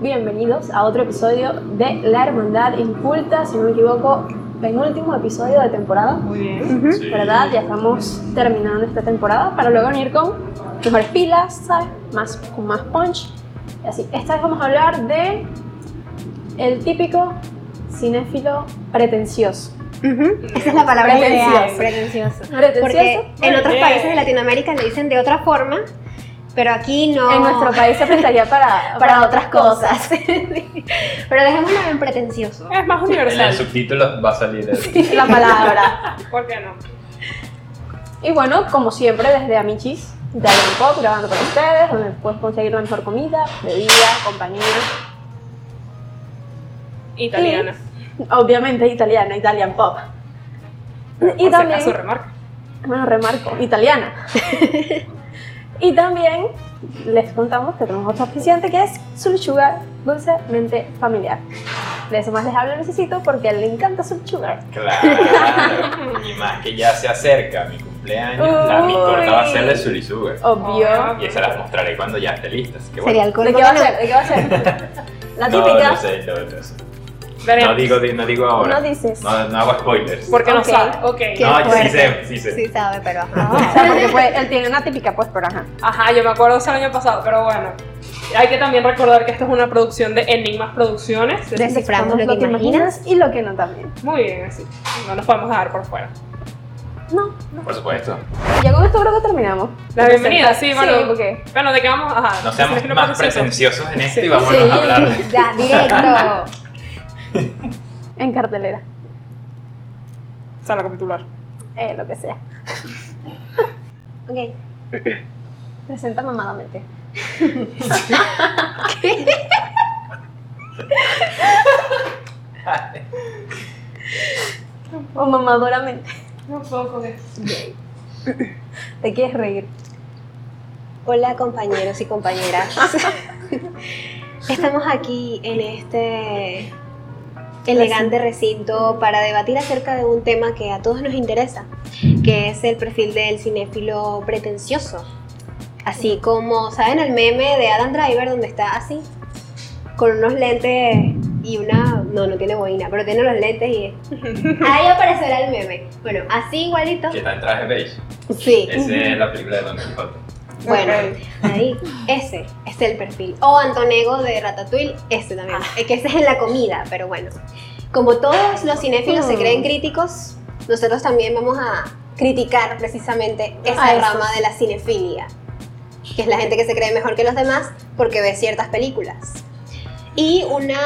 bienvenidos a otro episodio de La Hermandad Inculta, si no me equivoco, penúltimo episodio de temporada. Muy bien. Ujú, Sí. ¿Verdad? Ya estamos terminando esta temporada para luego venir con mejores pilas, ¿sabes? Más, con más punch. Y así, esta vez vamos a hablar de el típico cinéfilo pretencioso. Ujú, Esa es la palabra Pretencioso. ideal, pretencioso. Pretencioso. Porque en Muy otros bien. países de Latinoamérica le dicen de otra forma, pero aquí no. En nuestro país se prestaría para, para otras cosas. pero dejémoslo en pretencioso. Es más En el universal. subtítulo va a salir el... la palabra. ¿Por qué no? Y bueno, como siempre, desde Amichis, de Alien Pop, grabando para ustedes, donde puedes conseguir la mejor comida, bebida, compañía. Italiana. Obviamente italiana, Italian Pop. Por Y si también, acaso remarca. bueno, remarco, italiana. y también les contamos que tenemos otro oficiante que es Sulchugar, dulcemente familiar. De eso más les hablo necesito porque le encanta Sulchugar. Claro. y más que ya se acerca mi cumpleaños, la, mi torta va a ser de Surisuga. Obvio. Ah. Y se las mostraré cuando ya esté lista. así que bueno. Sería el ¿De qué va a ser? ¿De qué va a ser? La No, típica. No, sé, no, no sé. Veremos. No digo, di- no digo ahora. No dices. No, no hago spoilers. Porque Ok. no sabe. Ok. Qué No, yo sí fuerte. sé, sí sé. Sí sabe, pero ajá. O sea, porque fue- él tiene una típica, pues, pero ajá. Ajá, yo me acuerdo ese año pasado, pero bueno. Hay que también recordar que esto es una producción de Enigmas Producciones. Desciframos lo que imaginas. y lo que no también. Muy bien, así. No nos podemos dejar por fuera. No, no. Por supuesto. Ya con esto creo que terminamos. La bienvenida, sí, bueno. Sí, porque Bueno, ¿de qué vamos? Ajá. No seamos Entonces, más parece eso? pretenciosos en esto Sí. y vámonos Sí. a hablar. de- Ya, directo. en cartelera, Sala capitular. eh, lo que sea. ok. Presenta mamadamente. o mamadoramente. No puedo con esto. Te quieres reír. Hola compañeros y compañeras. Estamos aquí en este elegante recinto para debatir acerca de un tema que a todos nos interesa, que es el perfil del cinéfilo pretencioso. Así como, ¿saben el meme de Adam Driver donde está así? Con unos lentes y una... No, no tiene boina, pero tiene los lentes y... Ahí aparecerá el meme. Bueno, así igualito. Que está en traje beige. Sí. Esa es la película de Don Quijote. Bueno, Ok. ahí, ese es el perfil. O Antonego de Ratatouille, ese también. Ah. Es que ese es en la comida, pero bueno. Como todos los cinéfilos se Mm. creen críticos, nosotros también vamos a criticar precisamente esa A esos. rama de la cinefilia, que es la gente que se cree mejor que los demás porque ve ciertas películas. Y una,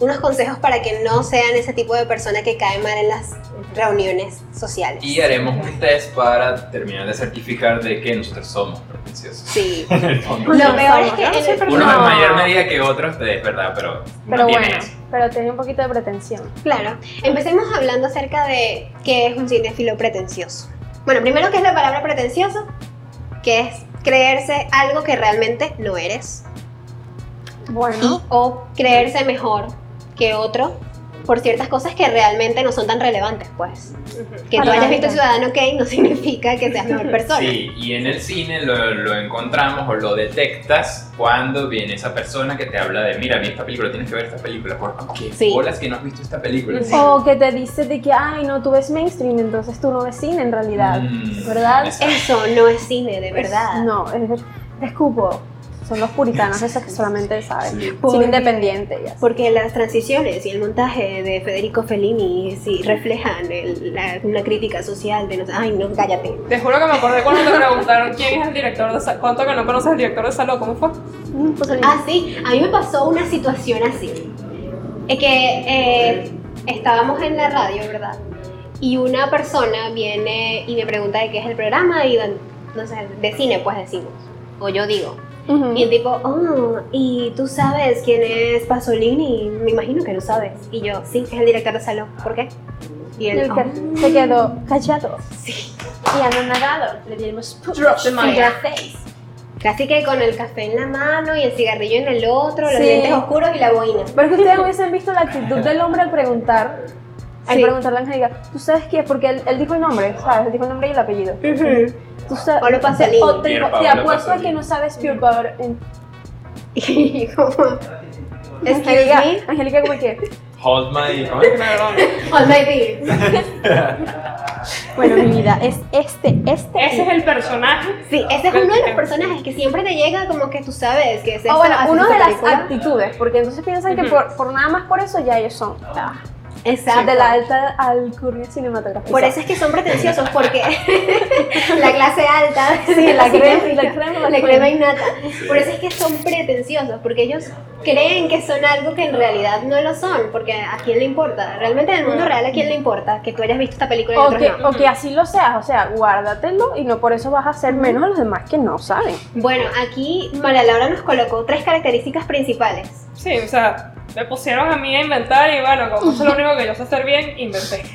unos consejos para que no sean ese tipo de persona que cae mal en las reuniones sociales. Y haremos un test para terminar de certificar de que nosotros somos pretenciosos. Sí. En el fondo. Lo peor es que Yo no en soy el- Uno en No. mayor medida que otros, es verdad, pero, Pero no tiene bueno, eso. pero tiene un poquito de pretensión. Claro, empecemos hablando acerca de qué es un cinéfilo pretencioso. Bueno, primero, ¿qué es la palabra pretencioso? Que es creerse algo que realmente no eres Bueno, y o creerse mejor que otro por ciertas cosas que realmente no son tan relevantes, pues. Que tú Para la hayas visto vida. Ciudadano Kane no significa que seas mejor persona. Sí, y en el cine lo, lo encontramos o lo detectas cuando viene esa persona que te habla de, mira, vi esta película, tienes que ver esta película. ¿Por qué Sí. bolas que no has visto esta película? Sí. o que te dice de que, ay, no, tú ves mainstream, entonces tú no ves cine en realidad. Mm, ¿Verdad? exacto. Eso no es cine, de verdad. Es- no, es, te escupo. Son los puritanos esos que solamente saben. Sí. Sin independiente. y así. Porque las transiciones y el montaje de Federico Fellini sí reflejan el- la- una crítica social de no ay no cállate Te juro que me acordé cuando te preguntaron quién es el director de Saló. ¿Cuánto que no conoces al director de Saló? ¿Cómo fue? Mm, pues, el- Ah, sí, a mí me pasó una situación así. Es que eh, estábamos en la radio, ¿verdad? Y una persona viene y me pregunta de qué es el programa y dan- no sé, de cine pues decimos. O yo digo. Ujú. Y el tipo, oh, ¿y tú sabes quién es Pasolini? Me imagino que lo sabes. Y yo, sí, es el director de Salón. ¿Por qué? Y Y él, el que "Oh". se quedó callado Sí. y anonadado. Le dimos put Drop the mic. in your face. Casi que con el café en la mano y el cigarrillo en el otro, los Sí. lentes oscuros y la boina. Pero es que ustedes hubiesen visto la actitud del hombre al preguntar. Al Sí. preguntarle a Angélica, ¿tú sabes quién? Porque él, él dijo el nombre, ¿sabes? Él dijo el nombre y el apellido. ¿Tú sabes? Paolo Pasolini. O te, Pier te Paolo apuesto a Pasolini. que no sabes Pure Power. Y como, Angélica, Excuse me. Angélica como que, Hold my. ¿cómo es? Perdón. Oh, All my beer. bueno, mi vida, es este, este. Ese es el personaje. Sí, ese es uno de los personajes que siempre te llega como que tú sabes que es O Oh, bueno, esta- uno esta de las película. actitudes, porque entonces piensan que Ujú. por, por nada más por eso ya ellos son ah, Exacto. de la alta alcurnia cinematográfica. Por eso es que son pretenciosos, porque la clase alta, Sí, la crema, significa- la crema, la la crema. crema innata. Por eso es que son pretenciosos, porque ellos creen que son algo que en realidad no lo son, porque a quién le importa. Realmente en el mundo real, ¿a quién le importa que tú hayas visto esta película y O otros que, no? o que así lo seas, o sea, guárdatelo y no por eso vas a ser menos a los demás que no saben. Bueno, aquí María Laura nos colocó tres características principales. Sí, o sea, me pusieron a mí a inventar y bueno, como eso es lo único que yo sé hacer bien, inventé.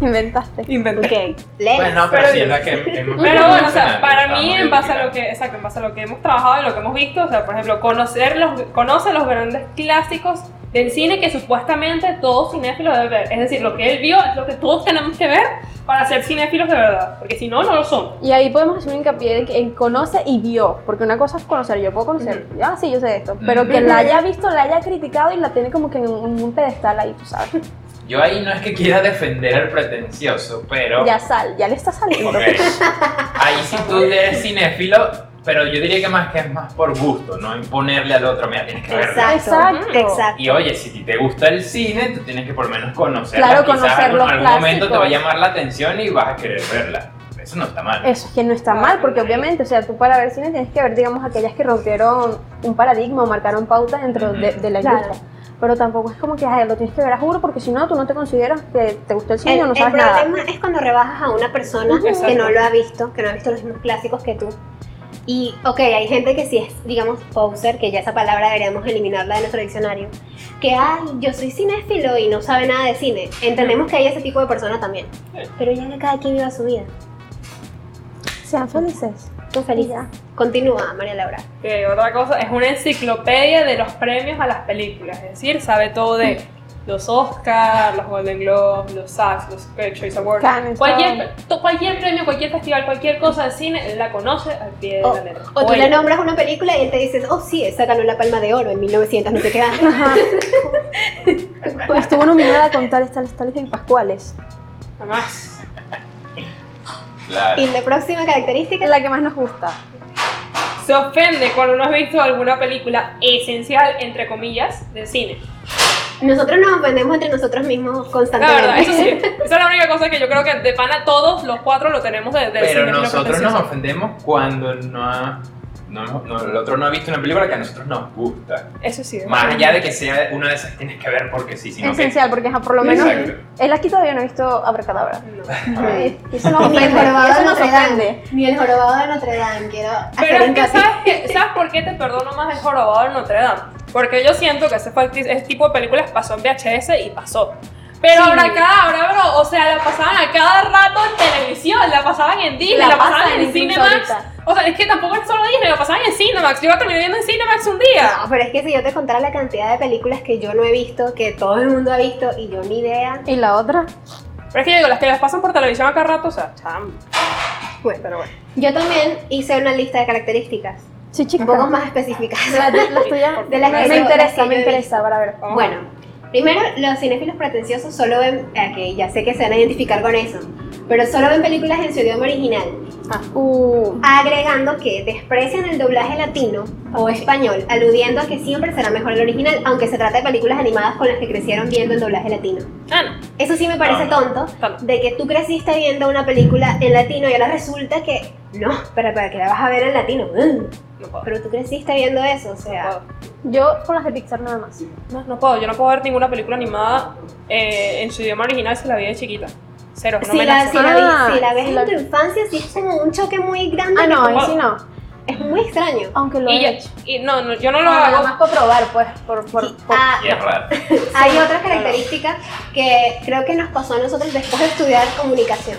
Inventaste. Inventé. Ok. Lee. Bueno, no, pero sí es la que hemos Pero bueno, o sea, mencionado, para está mí, muy en base a original. lo que, exacto, en base a lo que hemos trabajado y lo que hemos visto, o sea, por ejemplo, conocer los, conoce los grandes clásicos del cine que supuestamente todo cinéfilo debe ver. Es decir, lo que él vio es lo que todos tenemos que ver para ser cinéfilos de verdad, porque si no, no lo son. Y ahí podemos hacer un hincapié en que en conoce y vio, porque una cosa es conocer, yo puedo conocer, ah, sí, yo sé esto, pero que la haya visto, la haya criticado y la tiene como que en un, en un pedestal ahí, tú sabes. Yo ahí no es que quiera defender al pretencioso, pero. Ya sal, ya le está saliendo. Ok. Ahí sí tú eres cinéfilo, pero yo diría que más que es más por gusto, no imponerle al otro, mira, tienes que verlo. Exacto. Exacto. Exacto. Y oye, si te gusta el cine, tú tienes que por lo menos conocerla. Claro, Quizás conocer algún- los algún momento clásicos. te va a llamar la atención y vas a querer verla. Eso no está mal. Eso es que no está mal, porque obviamente, o sea, tú para ver cine tienes que ver, digamos, aquellas que rompieron un paradigma o marcaron pauta dentro de, de la Claro. industria. Pero tampoco es como que ay, lo tienes que ver a juro, porque si no, tú no te consideras que te gustó el cine o no El, el sabes nada. problema es cuando rebajas a una persona que Exacto. no lo ha visto, que no ha visto los mismos clásicos que tú. Y, ok, hay gente que sí es, digamos, poser, que ya esa palabra deberíamos eliminarla de nuestro diccionario, que, ay, yo soy cinéfilo y no sabe nada de cine. Entendemos que hay ese tipo de personas también. Pero ya que cada quien viva su vida. Sean felices. Tú feliz. Continúa, María Laura. Que otra cosa, es una enciclopedia de los premios a las películas, es decir, sabe todo de los Oscars, los Golden Globes, los SAGs, los Critics' Choice Awards, Cannes, cualquier, to- cualquier premio, cualquier festival, cualquier cosa de cine, la conoce al pie de O, la letra. o tú Oye, le nombras una película y él te dice, oh, sí, esa ganó la Palma de Oro en 1900, no te quedas. Ajá. pues estuvo nominada con tales, tales, tales y pascuales. jamás. Claro. y la próxima característica La que más nos gusta. Se ofende cuando no has visto alguna película esencial, entre comillas, del cine. Nosotros nos ofendemos entre nosotros mismos La constantemente. verdad, eso sí. Esa es la única cosa que yo creo que de pana todos los cuatro lo tenemos de, del Pero cine, nosotros creo nos que es ofendemos cuando no, ha- no hemos- no- el otro no ha visto una película que a nosotros nos gusta. Eso sí. es Más verdad. allá de que sea una de esas que tienes que ver porque sí, sino que Esencial, porque ajá, por lo menos. Exacto. Él aquí todavía no ha visto Abracadabra. No. Y Eso nos Ni el ofende. jorobado Eso de nos Notre ofende. Dame. Ni el jorobado de Notre Dame. Quiero hacer Pero es un que, capi- ¿sabes, qué? ¿sabes por qué te perdono más el jorobado de Notre Dame? Porque yo siento que ese, fue- ese tipo de películas pasó en VHS y pasó. Pero Sí. ahora cada, ahora bro, o sea, la pasaban a cada rato en televisión, la pasaban en Disney, la, La pasaban pasan en incluso Cinemax. ahorita. O sea, es que tampoco es solo Disney, la pasaban en Cinemax. Yo iba a terminar viendo en Cinemax un día. No, pero es que si yo te contara la cantidad de películas que yo no he visto, que todo el mundo ha visto y yo ni idea. Y la otra, Pero es que yo digo, las que las pasan por televisión acá rato, o sea, cham. Bueno, pues, pero bueno. Yo también hice una lista de características, sí, un chica. poco más específicas. La, la tuya- De las que me yo- las que interesa, yo me he interesa, para ver. Vamos. Bueno, primero, los cinéfilos pretenciosos solo ven, ah, que ya sé que se van a identificar con eso, pero solo ven películas en su idioma original. Uh, agregando que desprecian el doblaje latino o español, aludiendo a que siempre será mejor el original, aunque se trata de películas animadas con las que crecieron viendo el doblaje latino. Ah, no. Eso sí me parece No, tonto, no, no. de que tú creciste viendo una película en latino y ahora resulta que no, para, para que la vas a ver en latino. Mm, No puedo. Pero tú creciste viendo eso, o sea, yo con las de Pixar nada más. No, no puedo. Yo no puedo ver ninguna película animada eh, en su idioma original si la vi de chiquita. Cero, no si, me la, nace. si la vi- Ah, si la ves si la- en tu infancia, sí es como un choque muy grande. Ah, no, que ahí como- sí no. es muy extraño. Aunque lo Oh. Y, he ya- hecho. y no, no, yo no lo Ah, hago. nada más por probar, pues, por, por, por- Ah, y es raro. Hay otras características que creo que nos pasó a nosotros después de estudiar comunicación.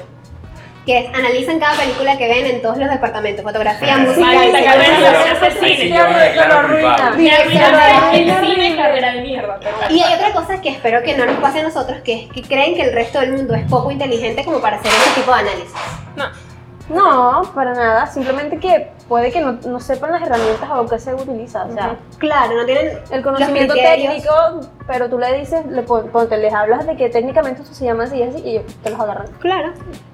Que es, analizan cada película que ven en todos los departamentos, fotografía, música, Maldita diseño, carrera, diseño, yo no sé Ahí sí cine. yo me declaro Lo arruina. culpable. Me arruinaron la- Ay, el horrible. cine y carrera de mierda, pero bueno. Y hay otra cosa que espero que no nos pase a nosotros, que es que creen que el resto del mundo es poco inteligente como para hacer ese tipo de análisis. No. No, para nada. Simplemente que puede que no, no sepan las herramientas o qué se utiliza. O sea, Claro, no tienen el conocimiento criterios. técnico, pero tú le dices, le, pon- ponte, les hablas de que técnicamente esto se llama así y así y ellos te los agarran. Claro.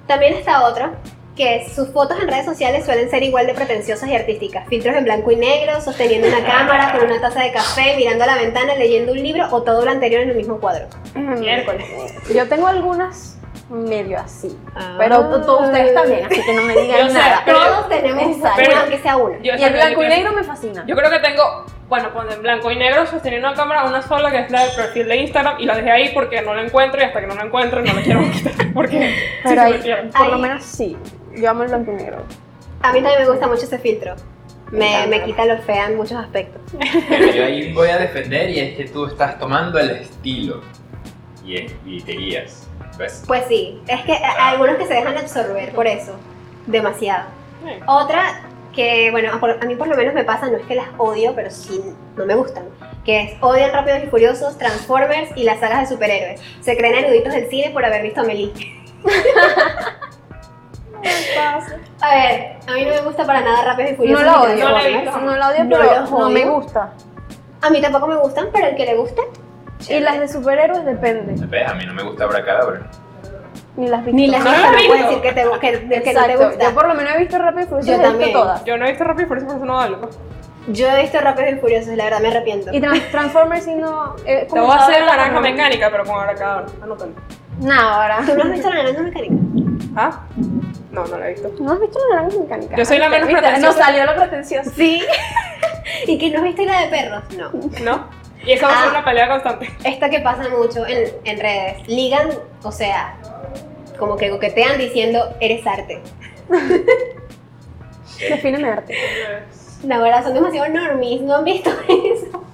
También está otra, que sus fotos en redes sociales suelen ser igual de pretenciosas y artísticas. Filtros en blanco y negro, sosteniendo una cámara, con una taza de café, mirando a la ventana, leyendo un libro o todo lo anterior en el mismo cuadro. Miércoles. Yo tengo algunas medio así, Ah. pero to- todos ustedes también, así que no me digan Yo sé, nada. pero- Todos tenemos Exacto. una, aunque sea una. Yo- y el blanco y yo- negro me fascina. Yo creo que tengo, bueno, pues en blanco y negro sosteniendo una cámara, una sola que es la del perfil de Instagram y la dejé ahí porque no la encuentro y hasta que no la encuentre no la quiero quitar porque sí pero se ahí- me pierde. por lo Ahí- menos sí, yo amo el blanco y negro. A mí también me gusta mucho ese filtro. Me, encanta. me quita lo fea en muchos aspectos. Pero yo ahí voy a defender y es que tú estás tomando el estilo y, es- y te guías. ¿Ves? Pues sí, es que a- algunos que se dejan absorber por eso, demasiado. Sí. Otra que, bueno, a, por- a mí por lo menos me pasa, no es que las odio, pero sí no me gustan, que es odian Rápidos y Furiosos, Transformers y las sagas de superhéroes. Se creen eruditos del cine por haber visto a Melie. A ver, a mí no me gusta para nada Rápidos y No Furiosos. la ni odio, no la he Transformers. visto. no la odio, No pero los no me odio. gusta. A mí tampoco me gustan, pero el que le guste, Y las de superhéroes depende, ¿Ves? A mí no me gusta Abracadabra. ni las ni las No gusta, lo no he puedes visto. decir que, te, que, que no te Exacto, gusta. Yo por lo menos he visto Rápido y Furioso Yo y las he también. visto todas. Yo no he visto Rápido y Furioso, por eso no algo. Yo he visto Rápidos y Furiosos, la verdad me arrepiento. Y Trans- Transformers si no... eh, Te como voy a estaba hacer una hablando, naranja no- mecánica, pero con abracadabra. Anótalo. No, ahora. ¿Tú no has visto la naranja mecánica? ¿Ah? No, no la he visto. ¿No has visto la naranja mecánica? Yo soy la menos ¿Viste? pretenciosa. No salió la pretenciosa. Sí. ¿Y que no has visto la de perros? No. ¿No? Y eso va a ser Ah. una pelea constante. Esta que pasa mucho en, en redes. Ligan, o sea, como que coquetean diciendo, eres arte. Defíneme arte. La verdad, son demasiado normis, ¿no han visto eso?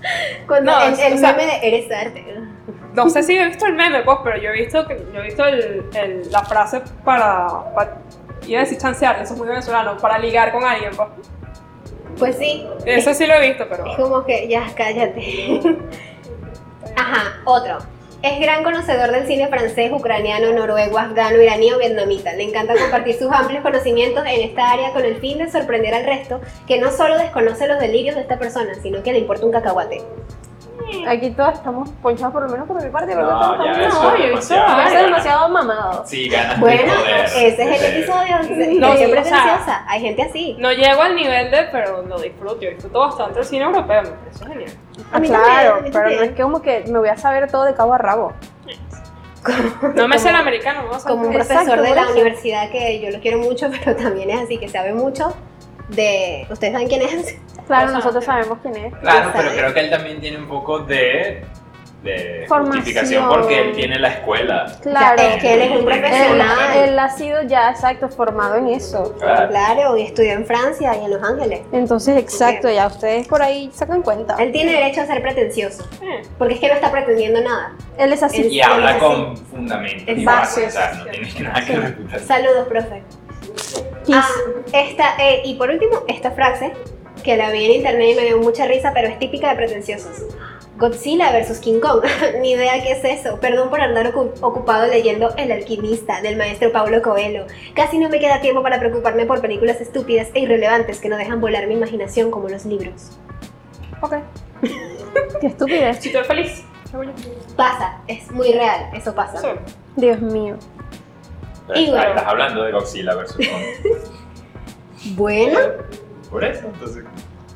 Cuando No, el, el o sea- meme de eres arte. No sé si he visto el meme, pues, pero yo he visto, que- yo he visto el- el- la frase para, para- Iba a decir chancear, eso es muy venezolano, para ligar con alguien, pues. Pues sí, es, Eso sí lo he visto, pero. es como que, ya, cállate. Ajá, otro. Es gran conocedor del cine francés, ucraniano, noruego, afgano, iraní o vietnamita. Le encanta compartir sus amplios conocimientos en esta área con el fin de sorprender al resto, que no solo desconoce los delirios de esta persona, sino que le importa un cacahuate. Aquí todos estamos ponchados por lo menos por mi parte, ¿verdad? Todos No, ya estamos- eso no, es yo he visto demasiado. no, varias. eso es Ganas- demasiado mamado. Sí, ganas de Bueno, poder, ese es el de- episodio. de No, siempre o sea- preciosa. Hay gente así. No llego al nivel de, pero lo disfruto. Yo disfruto bastante el cine europeo, me parece genial. A mí claro, también, a mí pero no también. es que como que me voy a saber todo de cabo a rabo. No me sé el americano, no sé. Como un Exacto, profesor de por la eso. universidad que yo lo quiero mucho, pero también es así que sabe mucho de. ¿Ustedes saben quién es? Claro, Exacto. nosotros sabemos quién es. Claro, Exacto. pero creo que él también tiene un poco de, de Formación. justificación porque él tiene la escuela. Claro. O sea, es que él es un Él- él, profesional. él ha sido ya exacto formado en eso. Claro. Claro, y estudió en Francia y en Los Ángeles. Entonces, exacto, ya ustedes por ahí sacan cuenta. Él tiene derecho a ser pretencioso, Eh, porque es que no está pretendiendo nada. Él es así. Y habla con fundamentos. Es y bases, base, o sea, no tienes nada que refutar. Saludos, profe. Kiss. Ah, esta, eh, y por último, esta frase, que la vi en internet y me dio mucha risa, pero es típica de pretenciosos. Godzilla versus King Kong. Ni idea qué es eso. Perdón por andar ocu- ocupado leyendo El alquimista del maestro Paulo Coelho. Casi no me queda tiempo para preocuparme por películas estúpidas e irrelevantes que no dejan volar mi imaginación como los libros. ok. Qué estupidez. Si tú eres feliz, qué bueno. Pasa, es muy real, eso pasa. Eso. Dios mío. Pero Y bueno. Estás hablando de Godzilla versus Kong. Bueno, Por eso, entonces.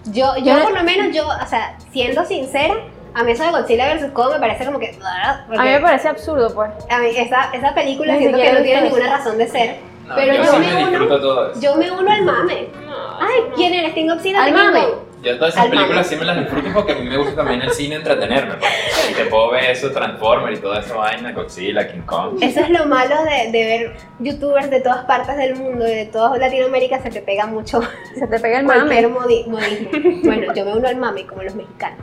yo, yo por lo menos, yo, o sea, siendo sincera, a mí eso de Godzilla versus Kong me parece como que... ah, A mí me parece absurdo, pues. A mí, esa, esa película Ni siento que siquiera no he tiene visto ninguna razón de ser. No, Pero yo yo sí me me uno- disfruto todo eso. Yo, Yo me uno al mame. No, Ay, eso no. ¿quién eres? Tengo Godzilla? Al Tengo mame. Kong. todas esas Al mame. películas sí me las disfruto porque a mí me gusta también el cine entretenerme. pues. Y te puedo ver eso, Transformer y toda esa vaina, Godzilla, King Kong. Eso es lo malo de, de ver youtubers de todas partes del mundo y de toda Latinoamérica. Se te pega mucho Se te pega el cualquier mame. modi- modismo. Bueno, yo me uno al mame, como los mexicanos.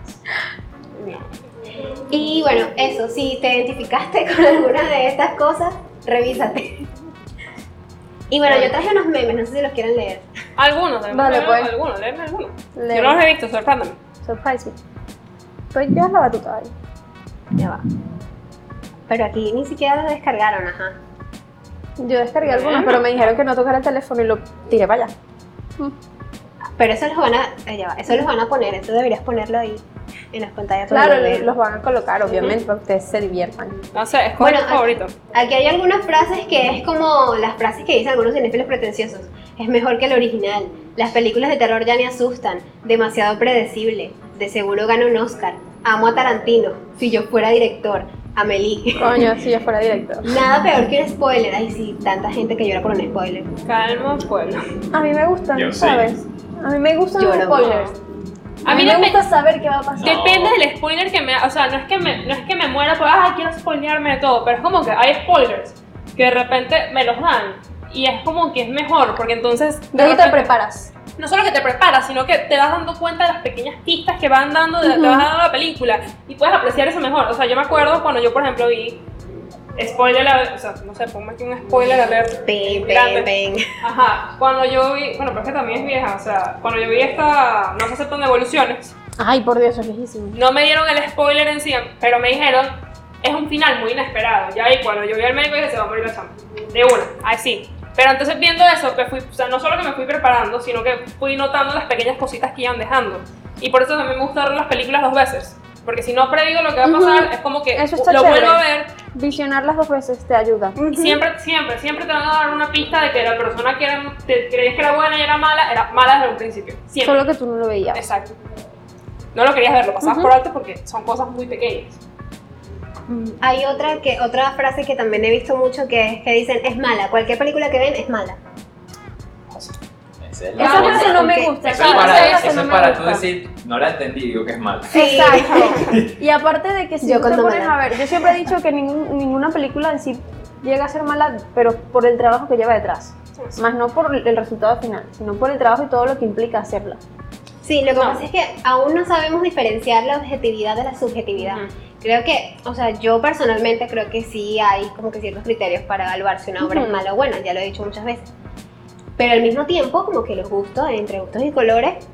Y bueno, eso, si te identificaste con alguna de estas cosas, revísate. Y bueno, yo traje unos memes, no sé si los quieren leer. Algunos, de Vale, algunos, pues. algunos, léeme algunos. Léeme. Yo no los he visto, sorpréndeme. Surprise me. Pues ya es la batuta ahí. Ya va. Pero aquí ni siquiera los descargaron, ajá. Yo descargué algunos, Bueno. pero me dijeron que no tocara el teléfono y lo tiré para allá. Pero eso los van a, eh, ya va, eso los van a poner, eso deberías ponerlo ahí en las pantallas. para Claro, que lo vean. los van a colocar, obviamente, para que ustedes se diviertan. No sé, es Bueno, tu ah, favorito. Aquí hay algunas frases que es como las frases que dicen algunos cinéfilos pretenciosos. Es mejor que el original. Las películas de terror ya me asustan. Demasiado predecible. De seguro gano un Oscar. Amo a Tarantino. Si yo fuera director. Amelie. Coño, si yo fuera directo. Nada peor que un spoiler. Ay, sí, tanta gente que llora por un spoiler. Calma, pueblo. A mí me gustan, Yo sí. ¿sabes? A mí me gustan los Yo no. spoilers. A mí me depende- gusta saber qué va a pasar. Depende del spoiler que me... O sea, no es que me, no es que me muera por... Ah, quiero spoilearme de todo. Pero es como que hay spoilers que de repente me los dan. Y es como que es mejor, porque entonces... de De ahí te repente- preparas. no solo que te preparas, sino que te vas dando cuenta de las pequeñas pistas que van dando, de- te vas dando la película y puedes apreciar eso mejor. O sea, yo me acuerdo cuando yo, por ejemplo, vi spoiler, alert, o sea, no sé, ponme aquí un spoiler alert. Pen, grande. pen, pen. Ajá, cuando yo vi, bueno, pero es que también es vieja, o sea, cuando yo vi esta, no se aceptan devoluciones, Ay, por Dios, es viejísimo. no me dieron el spoiler en sí, pero me dijeron, es un final muy inesperado. Ya ahí cuando yo vi al médico dije, se va a morir la chama. De una, así. Pero entonces viendo eso, que fui, o sea, no solo que me fui preparando, sino que fui notando las pequeñas cositas que iban dejando. Y por eso también me gusta ver las películas dos veces. Porque si no predigo lo que va a pasar, Ujú. es como que Eso está lo chévere. vuelvo a ver. Visionarlas dos veces te ayuda. y Siempre, siempre, siempre te van a dar una pista de que la persona que era, te creías que era buena y era mala, era mala desde un principio. Siempre. Solo que tú no lo veías. Exacto. No lo querías ver, lo pasabas Ujú. por alto porque son cosas muy pequeñas. Hay otra, que, otra frase que también he visto mucho que es que dicen es mala. Cualquier película que ven es mala. Esa es la Esa Claro, frase cosa. no me ok. gusta. Esa Eso es esa para, frase frase eso no es me para tú gusta. decir, no la entendí, digo que es mal. Exacto. Y aparte de que si Yo tú te cuando pones mala. a ver, yo siempre he dicho que ningún- ninguna película en sí llega a ser mala, pero por el trabajo que lleva detrás. Más no por el resultado final, sino por el trabajo y todo lo que implica hacerla. Sí, lo que No. pasa es que aún no sabemos diferenciar la objetividad de la subjetividad. Ujú. Creo que, o sea, yo personalmente creo que sí hay como que ciertos criterios para evaluar si una obra es Ujú. mala o buena, ya lo he dicho muchas veces. Pero al mismo tiempo, como que los gustos, entre gustos y colores,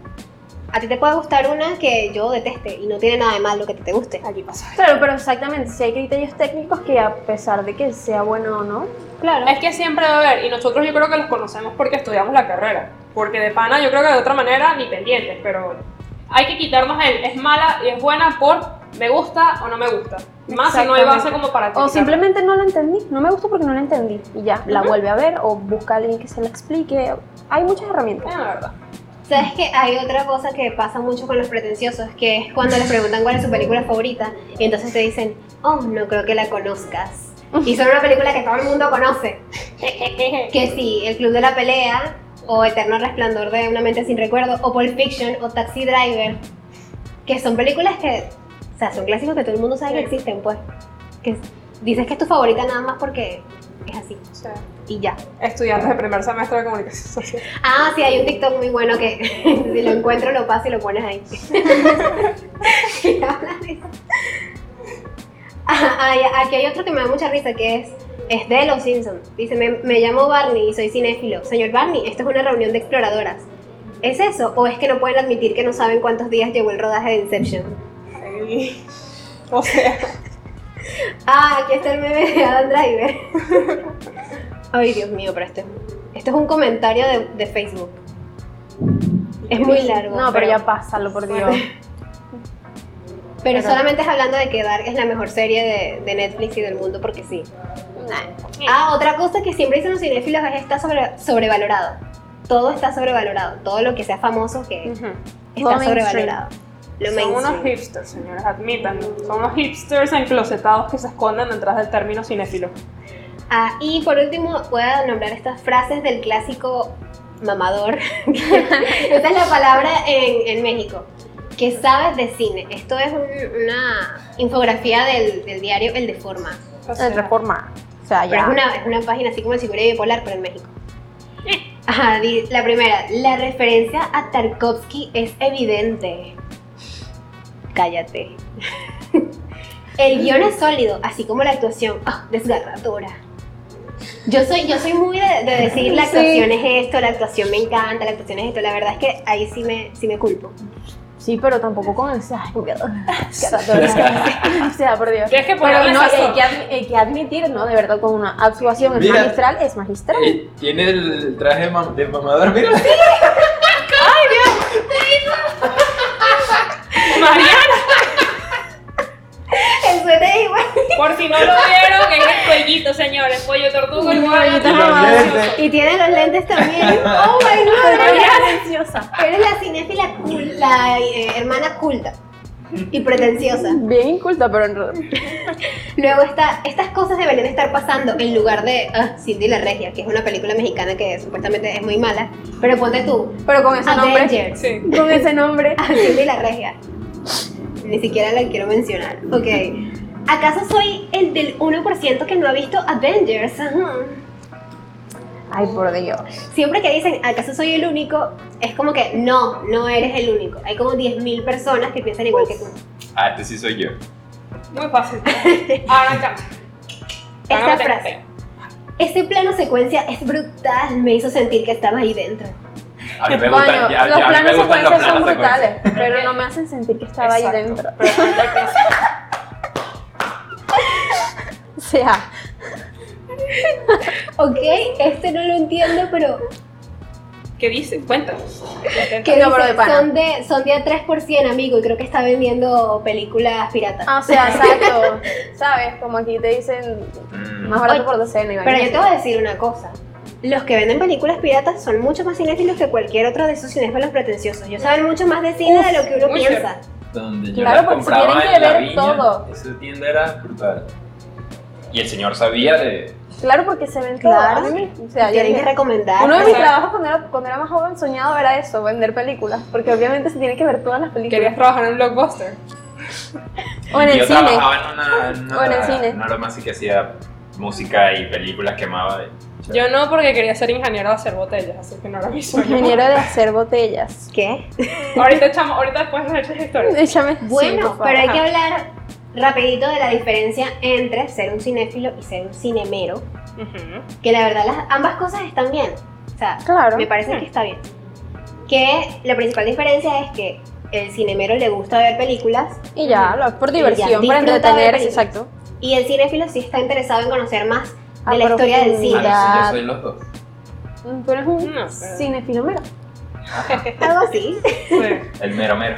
a ti te puede gustar una que yo deteste y no tiene nada de malo que te, te guste. Aquí pasa. Claro, pero exactamente, si hay criterios técnicos que a pesar de que sea bueno o no, Claro. Es que siempre va a haber, y nosotros yo creo que los conocemos porque estudiamos la carrera. Porque de pana yo creo que de otra manera ni pendientes, pero hay que quitarnos el es mala y es buena por me gusta o no me gusta. Más si no hay base Exactamente. como para O criticar. simplemente no la entendí, no me gustó porque no la entendí. Y ya, la vuelve a ver o busca a alguien que se la explique. Hay muchas herramientas. Ah, la verdad. ¿Sabes que hay otra cosa que pasa mucho con los pretenciosos? Que es cuando les preguntan cuál es su película favorita y entonces te dicen, oh, no creo que la conozcas. Y son una película que todo el mundo conoce. Que sí, El Club de la Pelea, o Eterno Resplandor de una mente sin recuerdo, o Pulp Fiction, o Taxi Driver. Que son películas que, o sea, son clásicos que todo el mundo sabe que existen, pues. Que dices que es tu favorita nada más porque es así. O sea, Y ya. estudiantes de primer semestre de comunicación social. Ah, sí, hay un TikTok muy bueno que si lo encuentro lo paso y lo pones ahí. Y hablas de eso. Ah, hay- aquí hay otro que me da mucha risa que es, es de Los Simpsons. Dice, me, me llamo Barney y soy cinéfilo. Señor Barney, esto es una reunión de exploradoras. ¿Es eso? ¿O es que no pueden admitir que no saben cuántos días llevó el rodaje de Inception? Ay, O sea, Ah, aquí está el meme de Adam Driver. Ay, Dios mío, pero este, esto es un comentario de, de Facebook. Es muy largo. No, pero ya pásalo, por Dios. Pero- Pero solamente es hablando de que Dark es la mejor serie de, de Netflix y del mundo porque sí. Sí. Ah, otra cosa que siempre dicen los cinéfilos es está sobre, sobrevalorado. Todo está sobrevalorado. Todo lo que sea famoso que ujú. Todo está mainstream. sobrevalorado. Lo Son unos mainstream. hipsters, señores, admítanlo. Son unos hipsters enclosetados que se esconden detrás del término cinéfilo. Ah, y por último voy a nombrar estas frases del clásico mamador. Esa es la palabra en, en México. Que sabes de cine. Esto es un- una infografía del, del diario El Deforma. O sea, En reforma. O sea, Pero ya. es una, es una página así como el Seguridad Bipolar, pero en México. Ajá, di- la primera, la referencia a Tarkovsky es evidente. Cállate. El guión es sólido, así como la actuación. Ah, desgarradora. Yo soy, yo soy muy de, de decir la Sí. actuación es esto, la actuación me encanta, la actuación es esto. La verdad es que ahí sí me, sí me culpo. Sí, pero tampoco con ese. Ay, qué miedo. Qué ratón. O sea, por Dios. Tienes que Pero ponerle no, sazón. hay que, admi- hay que admitir, ¿no? De verdad, con una actuación es Mira. eh, magistral, es magistral. Y Tiene el traje mam- de mamador, mira. Por si no lo vieron, es el cuellito, señores. Pollo tortuga, igual. Cuellito, Los lentes. este. Y tiene los lentes también. Oh my Pero god. eres silenciosa. Eres la cinéfila, cul- la eh, hermana culta y pretenciosa. Bien inculta, pero en realidad. Luego está, estas cosas deberían estar pasando en lugar de ah, Cindy la Regia, que es una película mexicana que supuestamente es muy mala. Pero ponte tú, Pero con ese nombre. Avengers, Sí. Con ese nombre. a Cindy la Regia. Ni siquiera la quiero mencionar. Ok. ¿Acaso soy el del 1% que no ha visto Avengers? Ajá. Ay, por Dios. Siempre que dicen, ¿acaso soy el único? Es como que, no, no eres el único. Hay como 10.000 personas que piensan igual que tú. Ah, este sí soy yo. Muy fácil. Ahora acá. Esta frase. Este plano secuencia es brutal. Me hizo sentir que estaba ahí dentro. A mí me Bueno, gustan, ya, los ya, a mí planos me gustan los secuencias son planos secuencias. brutales, pero no me hacen sentir que estaba Exacto. ahí dentro. o sea, Ok, este no lo entiendo, pero ¿Qué dice? Cuéntanos. ¿qué No, dice? pero de pana. son de son de a 3%, amigo, y creo que está vendiendo películas piratas. Ah, o sea, exacto. ¿Sabes? Como aquí te dicen Mm. más barato Oye, por docena. y pero vainas yo te voy a decir una cosa. Los que venden películas piratas son mucho más cinéfilos que cualquier otro de esos cinéfilos pretenciosos. Ellos saben mucho más de cine de lo que uno muy piensa. Donde yo Claro, las porque se compraba tienen que en la ver viña, todo. Esa tienda era brutal. Y el señor sabía de. así. Claro, porque se ven Claro. todas. O sea, yo Tienen que dije, recomendar. uno de mis Claro. trabajos cuando era, cuando era más joven soñado era eso, vender películas, porque obviamente se tiene que ver todas las ¿Querías películas. trabajar en un blockbuster? O en yo el cine. trabajaba en una. En una O en el cine. Una broma así que hacía música y películas quemaba. Yo no, porque quería ser ingeniero de hacer botellas, así que no era mi sueño. Ingeniero de hacer botellas. ¿Qué? ahorita, echamos, ahorita después nos echas historias. Échame. sí, Bueno, por favor. pero hay Ajá. que hablar rapidito de la diferencia entre ser un cinéfilo y ser un cinemero. Ujú. Que la verdad las, ambas cosas están bien. O sea, Claro. me parece que está bien. Que la principal diferencia es que el cinemero le gusta ver películas Y ya, lo- por diversión, disfruta para de entretenerse, películas. exacto. y el cinéfilo sí está interesado en conocer más A de la historia del Ah, cine. profundidad. no, Ya. sí, yo soy los dos. Mm, Tú eres un No, pero- cinefilomero. Algo así. Sí. El mero mero.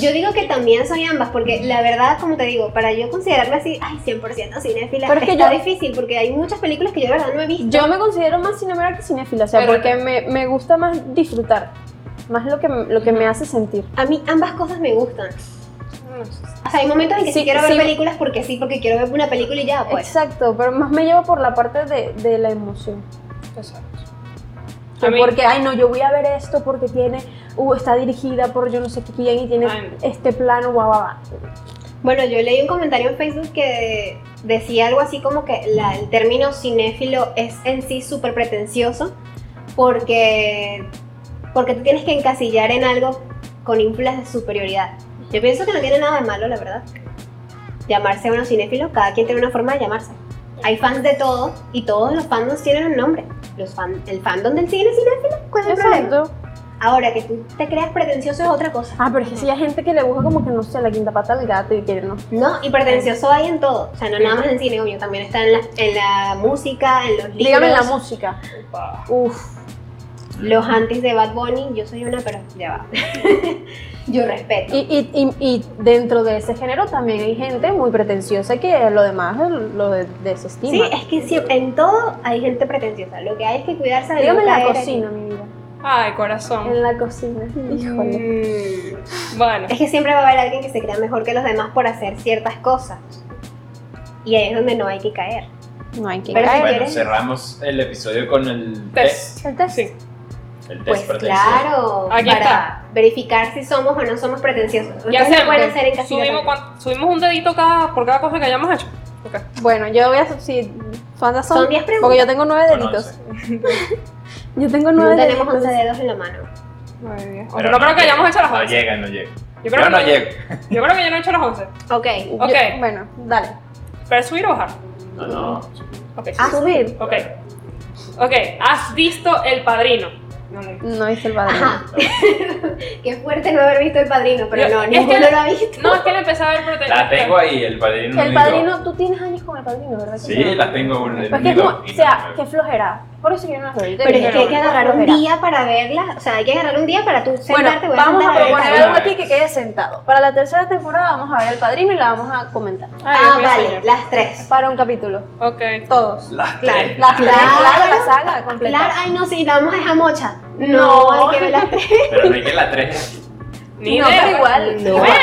Yo digo que también soy ambas, porque la verdad, como te digo, para yo considerarme así, ay, 100% cinéfila, Pero es que está yo- difícil, porque hay muchas películas que yo de verdad no he visto. Yo me considero más cinemera que cinéfila, o sea, Pero- porque me, me gusta más disfrutar, más lo que, lo que me hace sentir. A mí ambas cosas me gustan. O sea, hay momentos en que sí, Sí, quiero ver sí. películas porque sí, porque quiero ver una película y ya, pues. Exacto, pero más me llevo por la parte de, de la emoción. Exacto. Que A mí- porque, ay, no, yo voy a ver esto porque tiene, uh, está dirigida por yo no sé quién y tiene Ay, no. este plano, guau, guau, guau. Bueno, yo leí un comentario en Facebook que decía algo así como que la- el término cinéfilo es en sí súper pretencioso porque, porque te tienes que encasillar en algo con ínfulas de superioridad. Yo pienso que no tiene nada de malo, la verdad. Llamarse uno cinéfilo, cada quien tiene una forma de llamarse. Hay fans de todo y todos los fandoms tienen un nombre. Los fan- el fandom del cine es cinéfilo, ¿cuál es el problema? Exacto. Ahora, que tú te creas pretencioso es otra cosa. Ah, pero es que sí hay gente que le busca como que, no sé, la quinta pata al gato y quiere, no. No, y pretencioso hay en todo. O sea, no nada más en cine, obvio. También está en la, en la música, en los libros. Dígame en la música. Upa. Uf. Los antes de Bad Bunny, yo soy una, pero ya va. yo respeto. Y, y, y, y dentro de ese género también hay gente muy pretenciosa que lo demás lo de, Sí, desestima. es que siempre, en todo hay gente pretenciosa. Lo que hay es que cuidarse de Dígame en no la caer en- cocina, mi vida. Ay, corazón. En la cocina. Híjole. eh. Mm. Bueno, Es que siempre va a haber alguien que se crea mejor que los demás por hacer ciertas cosas. Y ahí es donde no hay que caer. No hay que Mm. Pero caer. Bueno, eres? cerramos el episodio con el test. test. El test. Sí. El Pues test pretencioso. claro, Aquí para está. verificar si somos o no somos pretenciosos. Ya Ustedes lo pueden pues, hacemos. hacer en casita subimos, también. cuan- subimos un dedito cada, por cada cosa que hayamos hecho. Ok. Bueno, yo voy a. Si, ¿Cuántas son? Son 10 preguntas. Porque yo tengo nueve Son deditos. once. Yo tengo No nueve tenemos deditos. 11 dedos en la mano. Muy bien. O sea, Pero no, creo que llega, hayamos hecho las No 11. llegan, no llegan. Yo creo Yo no que- llego. Yo creo que yo no he hecho las 11. Ok. Yo- Ok. bueno, dale. ¿Pero subir o bajar? No, no. Ok. Ah, subir. Ok. Ok. ¿Has visto El Padrino? No, no. No hice el padrino. Ajá. Qué fuerte no haber visto El Padrino, pero Yo- no, es ninguno que- lo ha visto. No, es que la empecé a ver, pero tenía La que- tengo ahí, el padrino. El no llegó. padrino, tú tienes años con el padrino, ¿verdad? que Sí, no? la tengo. un- Pues que es un- como, o sea, qué flojera. Por eso yo no las veo. Pero es que hay que Pero- agarrar un Mira, día para verlas, o sea, hay que agarrar un día para tú Bueno, sentarte, voy vamos a sentar ver proponer esta. algo aquí que quede sentado. Para la tercera temporada vamos a ver El Padrino y la vamos a comentar. Ay, Ah, Dios mío, vale, señor. las tres. Para un capítulo. Ok. Todos. Las Claro. tres. La, claro, la Claro. saga completa. Claro, ay no, sí, la vamos a dejar mocha. No. No, hay que ver las tres. Pero no hay que la tres. Ni no, idea. pero igual. No. Bueno,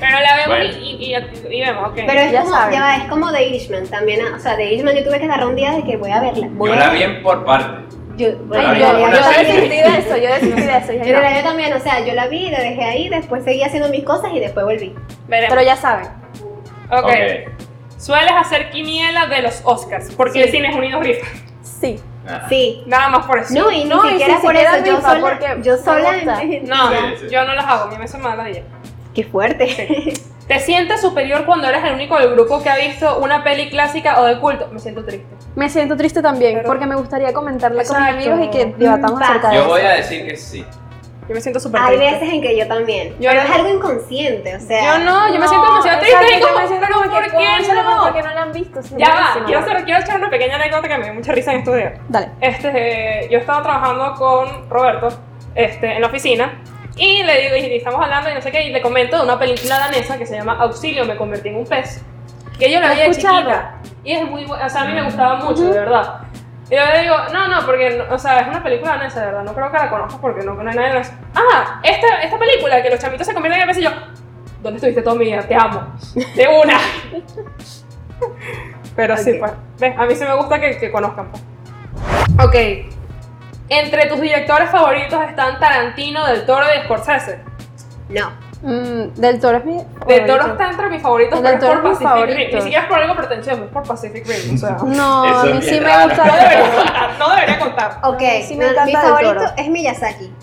Pero la vemos Bueno. y, y, y- y vemos, ok. Pero es Ya como, saben. ya va, es como The Irishman también, ah, o sea, The Irishman yo tuve que agarrar un día de que voy a verla. Voy Yo a la verla. vi en por parte. Yo, bueno, la Yo, vi yo, como yo una yo la vi. decidí de eso, yo decidí de eso. dije, Yo no. la- yo también, o sea, yo la vi, la dejé ahí, después seguí haciendo mis cosas y después volví. Pero Veremos. ya saben. ok. Sueles hacer quiniela de los Oscars, porque Sí. el Cines Unidos rifa. Sí. Nada. Sí. Nada más por eso. No, y ni No, y siquiera si por siquiera eso, yo rifa, sola, porque yo me sola. gusta. No, Sí, no, sí. yo no las hago, a mí me hace mala idea. Qué fuerte. ¿Te sientes superior cuando eres el único del grupo que ha visto una peli clásica o de culto? Me siento triste. Me siento triste también Pero- porque me gustaría comentarla con mis Exacto. amigos y que debatamos Mm, acerca de Ah. Yo eso. voy a decir que sí. Yo me siento súper Hay triste. veces en que yo también, Yo pero no. es algo inconsciente, o sea. Yo no, yo me siento demasiado exacto, triste y yo como, me siento pero como que, ¿por qué "Cónchale, no?" ¿Por qué no la han visto? Sí, Ya va, buenísima. quiero, hacer- quiero echar una pequeña anécdota que me dio mucha risa en estos días. Dale. Este, yo estaba trabajando con Roberto este, en la oficina y le digo, y estamos hablando y no sé qué, y le comento de una película danesa que se llama Auxilio, me convertí en un pez. Que yo la Lo he vi de escuchado. chiquita. Y es muy buena, o sea, a mí me gustaba mucho, de verdad. Y yo le digo, no, no, porque, no- o sea, es una película danesa, de verdad, no creo que la conozcas porque no, no hay nadie danesa. Ah, esta, esta película que los chamitos se convierten en peces, y yo, ¿dónde estuviste toda mi vida? Te amo. De una. Pero sí, Ok. pues, ves, a mí sí me gusta que, que conozcan, pues. Ok. Entre tus directores favoritos están Tarantino, Del Toro y Scorsese. No. Mm, del Toro es mi. Del favorito. Toro está entre mis favoritos, Del pero es Toro por es mi Pacific Rim. favorito. Ni siquiera es por algo pretencioso, es por Pacific Rim. O sea, no No, a Eso es mí bien sí me raro. gusta la debería contar. No debería contar. Ok, sí me no, encanta mi Del favorito Toro. es Miyazaki.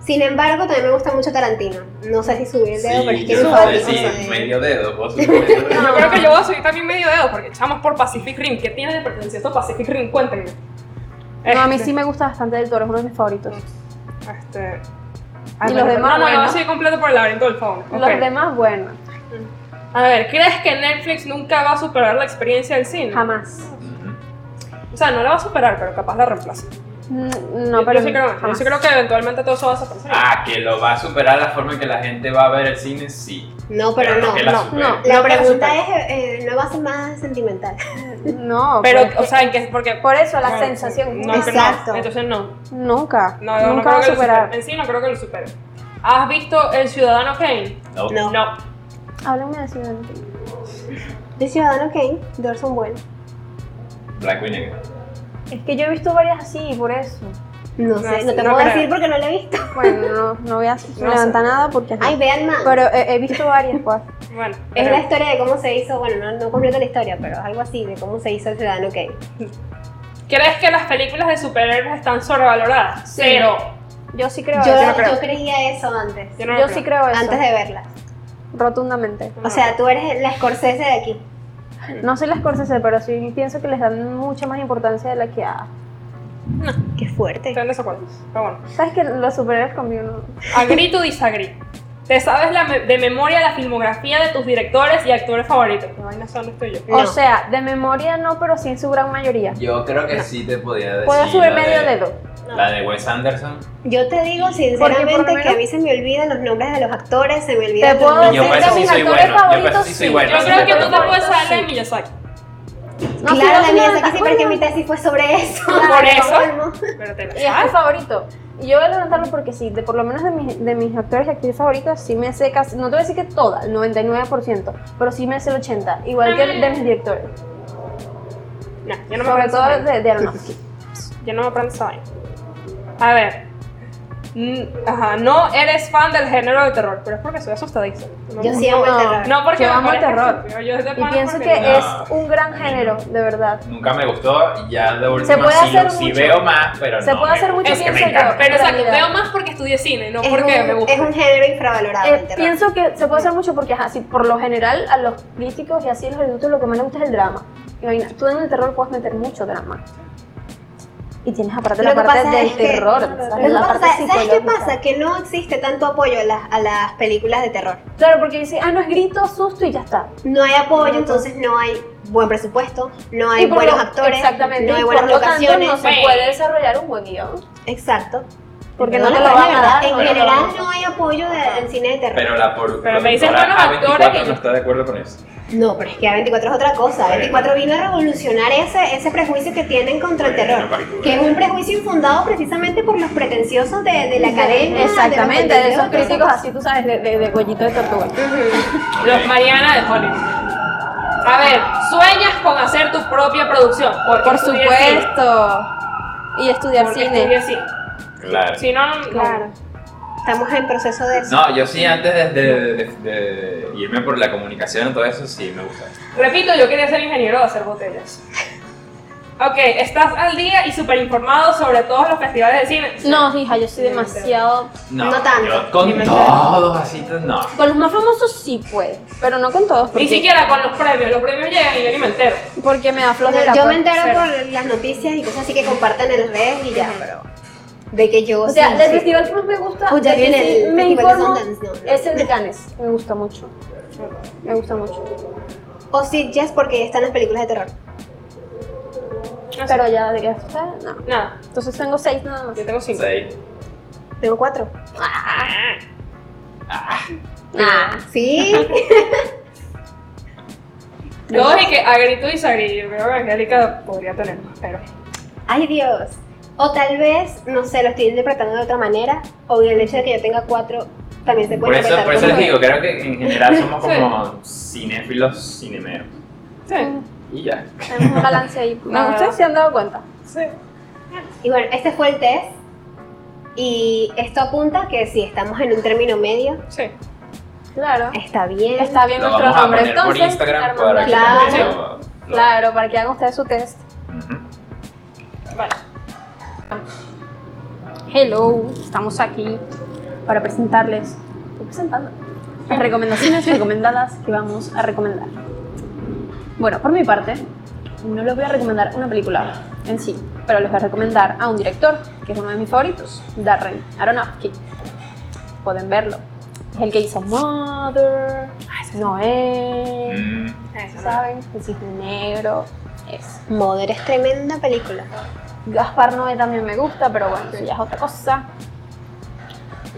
Sin embargo, también me gusta mucho Tarantino. No sé si subir el dedo, pero es que yo es mi no sé favorito. si sí. medio dedo. vos supongo. Yo creo que yo voy a subir también medio dedo porque echamos por Pacific Rim. ¿Qué tiene de pretencioso Pacific Rim? Cuéntenme. No, a mí Este, sí me gusta bastante Del Toro, es uno de mis favoritos. Este. Y los bueno, demás, No, no, yo bueno. voy a seguir completo por el laberinto del fauna. Los demás, bueno, A ver, ¿crees que Netflix nunca va a superar la experiencia del cine? jamás. O sea, no la va a superar, pero capaz la reemplaza. Mm, No, pero. yo, sí creo, yo jamás. sí creo que eventualmente todo eso va a desaparecer. Ah, que lo va a superar la forma en que la gente va a ver el cine, sí. No, pero, no. que no. la no, supere. no. La No, pero pregunta super- es, eh, ¿no va a ser más sentimental? No, pues, pero, porque- o sea, ¿en qué? Porque, Por eso la bueno, sensación. No, nunca- que no. Exacto. Entonces no. Nunca. No, no, no Nunca creo va a que lo superar. supere. En sí no creo que lo supere. ¿Has visto El Ciudadano Kane? No. No. No. Háblame de Ciudadano. De Ciudadano Kane, de Orson Welles. Blanco y negro. Es que yo he visto varias así, por eso. No No sé, sé, no te no puedo creo. decir porque no lo he visto. Bueno, no, no voy a No sé. levantar nada porque. ajá. Ay, vean más. Pero he, he visto varias, pues. Bueno. es pero- la historia de cómo se hizo, bueno, no, no completa la historia, pero algo así, de cómo se hizo el Ciudadano Kane. ¿Crees que las películas de superhéroes están sobrevaloradas? Sí. Cero. Yo sí creo Yo, eso. no creo. yo creía eso antes, Yo no lo Yo sí creo eso. antes de verla. Rotundamente. No, O sea, tú eres la Scorsese de aquí. No soy la Scorsese, pero sí pienso que les dan mucha más importancia de la que ah, a. Qué fuerte. estoy en desacuerdo. Pero bueno. ¿Sabes que los superhéroes conmigo no? Agree to disagree. ¿Te sabes la me- de memoria la filmografía de tus directores y actores favoritos? Qué vaina son esto yo. No. O sea, de memoria no, pero sí en su gran mayoría. Yo creo que sí te podía decir. Puedo subir la medio de- dedo. La de Wes Anderson. Yo te digo por lo sinceramente que a menos- mí se me olvidan los nombres de los actores, se me Te olvidan los puedo nombres. decir Yo para que eso sí mis soy actores bueno, yo para eso favoritos sí soy bueno, Yo sí, creo que tú te pero- puedes saber de Miyazaki. No, sí, claro, los la mía es que sí, noventas, porque bueno. mi tesis fue sobre eso. Por eso. Colmo. Pero te la Y es mi sabes. favorito. Y yo voy a levantarlo porque sí, de por lo menos de mis, de mis actores y actrices favoritos, sí me sé casi, no te voy a decir que toda, el 99%, pero sí me sé el 80%, igual que de mis directores. No, yo no me Sobre aprendo esa todo vaina. de, de Aronofsky. Yo no me aprendo esa vaina. A ver. Mm, Ajá, no eres fan del género de terror, pero es porque soy asustadiza. No, Yo sí amo el No. terror. No porque Yo me amo el parezca terror. estúpido, Yo de Y pana pienso porque- que No. es un gran género, de verdad. Nunca me gustó y ya de última puede sí, hacer sí mucho. veo más, pero Se no puede me hacer mucho, gusta, es que me pienso yo. encanta. Pero exacto, realidad. veo más porque estudié cine, no Es porque un- me gusta. Es un género infravalorado. Eh, el terror. pienso que se puede hacer mucho porque así, por lo general, a los críticos y así a los adultos lo que más les gusta es el drama. Imagina, tú en el terror puedes meter mucho drama. Y tienes aparte Lo la que parte pasa del es que- terror. Lo ¿sabes? que La pasa- parte ¿Sabes qué psicológica. pasa? Que no existe tanto apoyo a las, a las películas de terror. Claro, porque dice, ah, no es grito, susto y ya está. No hay apoyo, Ujú. entonces no hay buen presupuesto, no hay Y por buenos lo- actores, Exactamente. no hay y buenas por lo tanto, locaciones. no se Sí. puede desarrollar un buen guión. Exacto. Porque no la te lo van a dar. En no te lo general van a no hay apoyo de- del cine de terror. Pero la por, Pero me dicen productora buenos actores A24 que- no está de acuerdo con eso. No, pero es que A24 es otra cosa. Bueno. A24 vino a revolucionar ese, ese prejuicio que tienen contra el Bueno, terror. para- Que es un prejuicio infundado precisamente por los pretenciosos de, de la academia. Exactamente, de, los esos contenidos críticos así, tú sabes, de, de, de cuellito de tortuga. Ujú. Los Mariana de Hollywood. A ver, sueñas con hacer tu propia producción. Porque Por estudié cine, supuesto. Y estudiar porque cine. estudié cine. Claro. Si no, no. Claro. Estamos en proceso de eso. No, yo sí, antes de, de- de- de irme por la comunicación, todo eso sí me gusta. Repito, yo quería ser ingeniero de hacer botellas. Ok, estás al día y súper informado sobre todos los festivales de cine. No, hija, yo soy demasiado. No, No tanto. yo con Dime. todos así, pues, no. Con los más famosos sí puedo, pero no con todos. Ni Porque, siquiera con los premios. Los premios llegan y yo ni me entero. porque me da flojera. Yo, yo pues. me entero ser. por las noticias y cosas así que compartan en las redes y ya, pero de que yo O sea, sí, del sí. festival que más me gusta, Uy, ya del que viene sí el me festival de informo, Sundance, no, no. es el de Cannes. Me gusta mucho. Me gusta mucho. o Oh, sí, ya es porque están las películas de terror. No sé. Pero ya de que está, no. Nada, Entonces tengo seis nada más. yo tengo cinco. Seis. Tengo cuatro. Nah. Sí. Dos y que a grito y sagrí. Yo creo que Angélica podría tener, pero. Ay Dios. O tal vez, no sé, lo estoy interpretando de otra manera. O bien el hecho de que yo tenga cuatro también se Por puede eso, interpretar por eso como les que- digo, creo que en general somos como cinéfilos cinemeros. Sí. Mm. Y ya. Tenemos un balance ahí. La No, ustedes verdad. se han dado cuenta. Sí. Y bueno, este fue el test. Y esto apunta que si estamos en un término medio, Sí. Claro. está bien. Está bien Lo nuestro vamos a nombre poner por entonces. Instagram Armando para que Claro. también Claro. lo- lo- Claro, para que hagan ustedes su test. Ujú. Vale. Hello, estamos aquí para presentarles estoy presentando las recomendaciones recomendadas que vamos a recomendar. Bueno, por mi parte, no les voy a recomendar una película en sí, pero les voy a recomendar a un director que es uno de mis favoritos, Darren Aronofsky. Pueden verlo. Es el que hizo Mother, Ah, Noé, Mm. ¿saben? El cisne negro. Es. Mother es tremenda película. Gaspar Noé también me gusta, pero bueno, eso ya es otra cosa.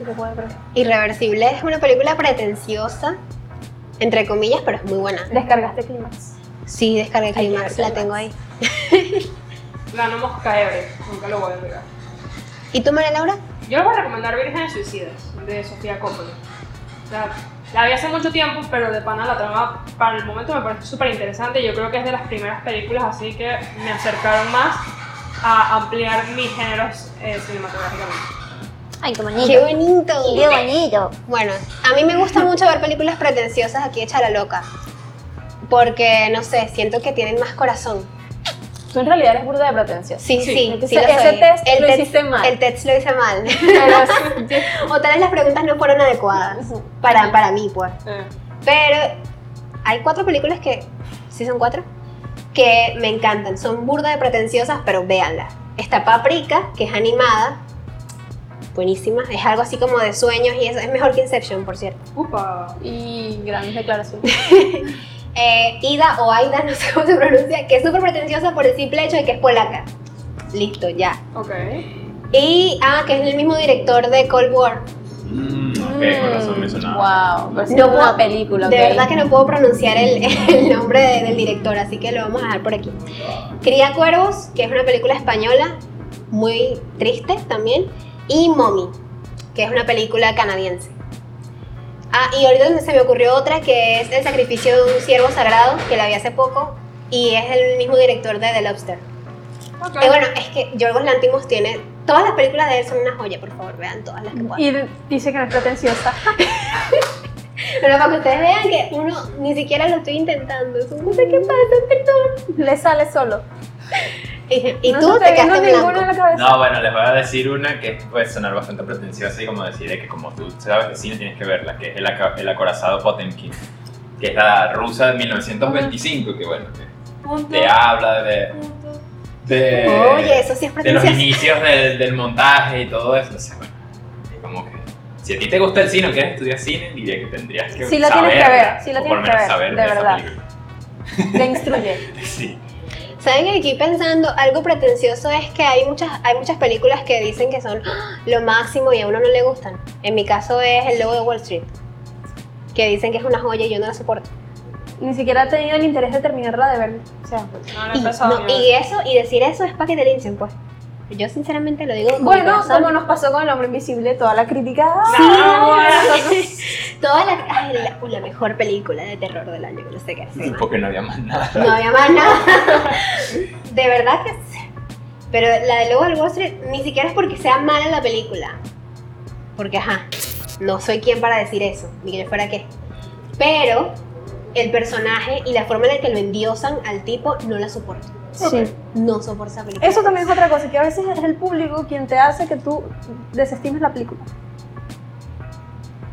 ¿Qué puede ver? Irreversible es una película pretenciosa, entre comillas, pero es muy buena. Descargaste Climax. Sí, descargué que Climax, ver la tengo ahí. La no mosca hebre. Nunca lo voy a olvidar. ¿Y tú, María Laura? Yo les voy a recomendar Virgen Suicidas, de Sofía Coppola. O sea, la vi hace mucho tiempo, pero de pana la trama para el momento me parece súper interesante. Yo creo que es de las primeras películas, así que me acercaron más a ampliar mis géneros eh, cinematográficamente. Ay, qué ¡Qué bonito! bonito. Bueno, a mí me gusta mucho ver películas pretenciosas aquí hecha la loca. Porque, no sé, siento que tienen más corazón. Tú en realidad eres burda de pretensión. Sí, Sí. sí, sí, Ese- lo ese soy. test lo hiciste mal. El test lo hice mal. Pero o tal vez las preguntas no fueron adecuadas Ujú. para, para mí, pues. Eh, Pero hay cuatro películas que, sí son cuatro, que me encantan. Son burda de pretenciosas, pero véanlas. Está Paprika, que es animada. Buenísima. Es algo así como de sueños y eso. Es mejor que Inception, por cierto. upa. y grandes declaraciones. Eh, Ida o Aida, no sé cómo se pronuncia, que es súper pretenciosa por el simple hecho de que es polaca. Listo, ya. Ok. Y, ah, que es el mismo director de Cold War. Mm, ok, con razón me sonaba. Wow, pero sí es puedo- una película. De ok. verdad que no puedo pronunciar el, el nombre de- del director, así que lo vamos a dejar por aquí. Cría Cuervos, que es una película española, muy triste también. Y Mommy, que es una película canadiense. Ah, y ahorita se me ocurrió otra que es El sacrificio de un ciervo sagrado, que la vi hace poco, y es el mismo director de The Lobster. Ok. Y bueno, es que Yorgos Lantimos tiene. Todas las películas de él son una joya, por favor, vean todas las que puedan. Y dice que no es pretenciosa. Pero para que ustedes vean que uno ni siquiera lo estoy intentando. Es un no sé qué pasa, perdón. Le sale solo. Y, y no tú se te vino quedaste en ninguno en blanco. la cabeza. No, bueno, les voy a decir una que puede sonar bastante pretenciosa y como decir eh, que como tú sabes de cine tienes que verla, que es El, aca- el acorazado Potemkin, que es la rusa de 1925, que bueno, que Punto. te habla de... punto. de, Oye, eso sí es Eh, de los pretencioso. inicios del, del montaje y todo eso. Entonces, bueno, es como que si a ti te gusta el cine o quieres estudiar cine, diría que tendrías que Sí la tienes que saberla, ver, sí la o por lo tienes que menos ver, saber de esa verdad. película. Te instruye. Sí. Saben que aquí pensando algo pretencioso es que hay muchas hay muchas películas que dicen que son ¡Ah! lo máximo y a uno no le gustan. En mi caso es El Lobo de Wall Street, que dicen que es una joya y yo no la soporto. Ni siquiera he tenido el interés de terminarla de ver. O sea, No, no he Y, empezado. no, ni a ver. y eso y decir eso es para que te linchen, pues. Yo sinceramente lo digo. con mi bueno, corazón. como nos pasó con el hombre invisible, toda la crítica. No, Sí, bueno. Toda la, ay, la, uh, la mejor película de terror del año, que no sé qué es. Porque no había más nada. No había más nada. De verdad que sí. Pero la de Lobo del Wall Street ni siquiera es porque sea mala la película. Porque, ajá, no soy quien para decir eso, ni que yo fuera qué. Pero el personaje y la forma en la que lo endiosan al tipo no la soporto. Sí. No soporto esa película. Eso también es otra cosa, que a veces es el público quien te hace que tú desestimes la película.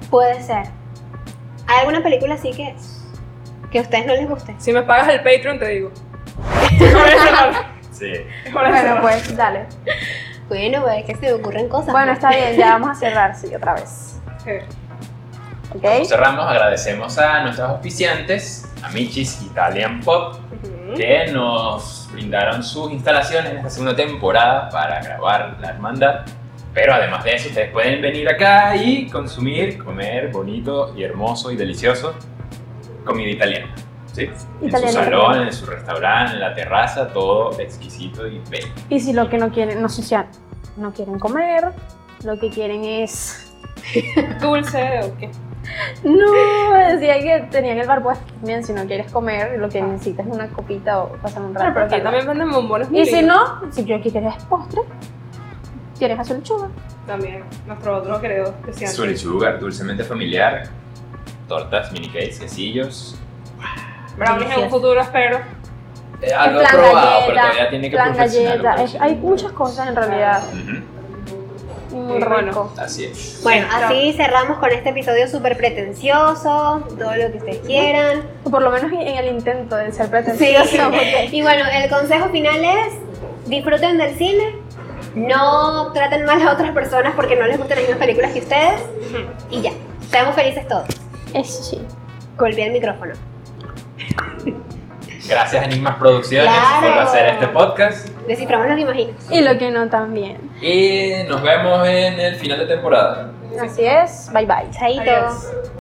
puede ser. ¿Hay alguna película así que, que a ustedes no les guste? Si me pagas el Patreon, te digo. Es por eso, no. Sí. Es por eso, Bueno, no. pues dale. Bueno, pues es que se me ocurren cosas. Bueno, ¿no? está bien, ya vamos a cerrar, sí, otra vez. Sí. ¿Ok? Cerramos, agradecemos a nuestros auspiciantes, a Michis Italian Pop, Ujú. que nos brindaron sus instalaciones en esta segunda temporada para grabar la hermandad. Pero además de eso, ustedes pueden venir acá y consumir, comer bonito y hermoso y delicioso comida italiana. ¿sí? En su Italiana, salón, italiana. en su restaurante, en la terraza, todo exquisito y bello. Y si lo que no quieren, no sé si ya no quieren comer, lo que quieren es... Dulce o qué. No, decía que tenían el bar pues bien, si no quieres comer, lo que necesitas es una copita o pasar un rato. Bueno, pero aquí tal vez. también venden bombones. muy Y si lindos. no, si yo que quieres postre, quieres hacer lechuga. También, nuestro otro creo especial. Suri Sugar, dulcemente familiar, tortas, mini cakes, quesillos. Brownies en un futuro, espero. Eh, algo plan probado, pero galleta, todavía tiene que Plan perfeccionarlo, galleta, es- pero sí. hay muchas cosas en realidad. Ujú, Muy Y bueno. rico. Así es. Bueno, Esto. así cerramos con este episodio súper pretencioso, todo lo que ustedes quieran. O por lo menos en el intento de ser Sí, pretencioso. porque- y bueno, el consejo final es disfruten del cine, no traten mal a otras personas porque no les gustan las mismas películas que ustedes 음. y ya, seamos felices todos. Eso sí. Golpeé el micrófono. Gracias a Enigmas Producciones por Claro. hacer este podcast. Desciframos los imaginos. Y lo que no también. Y nos vemos en el final de temporada. Así es. Bye bye. Chaito. Adiós.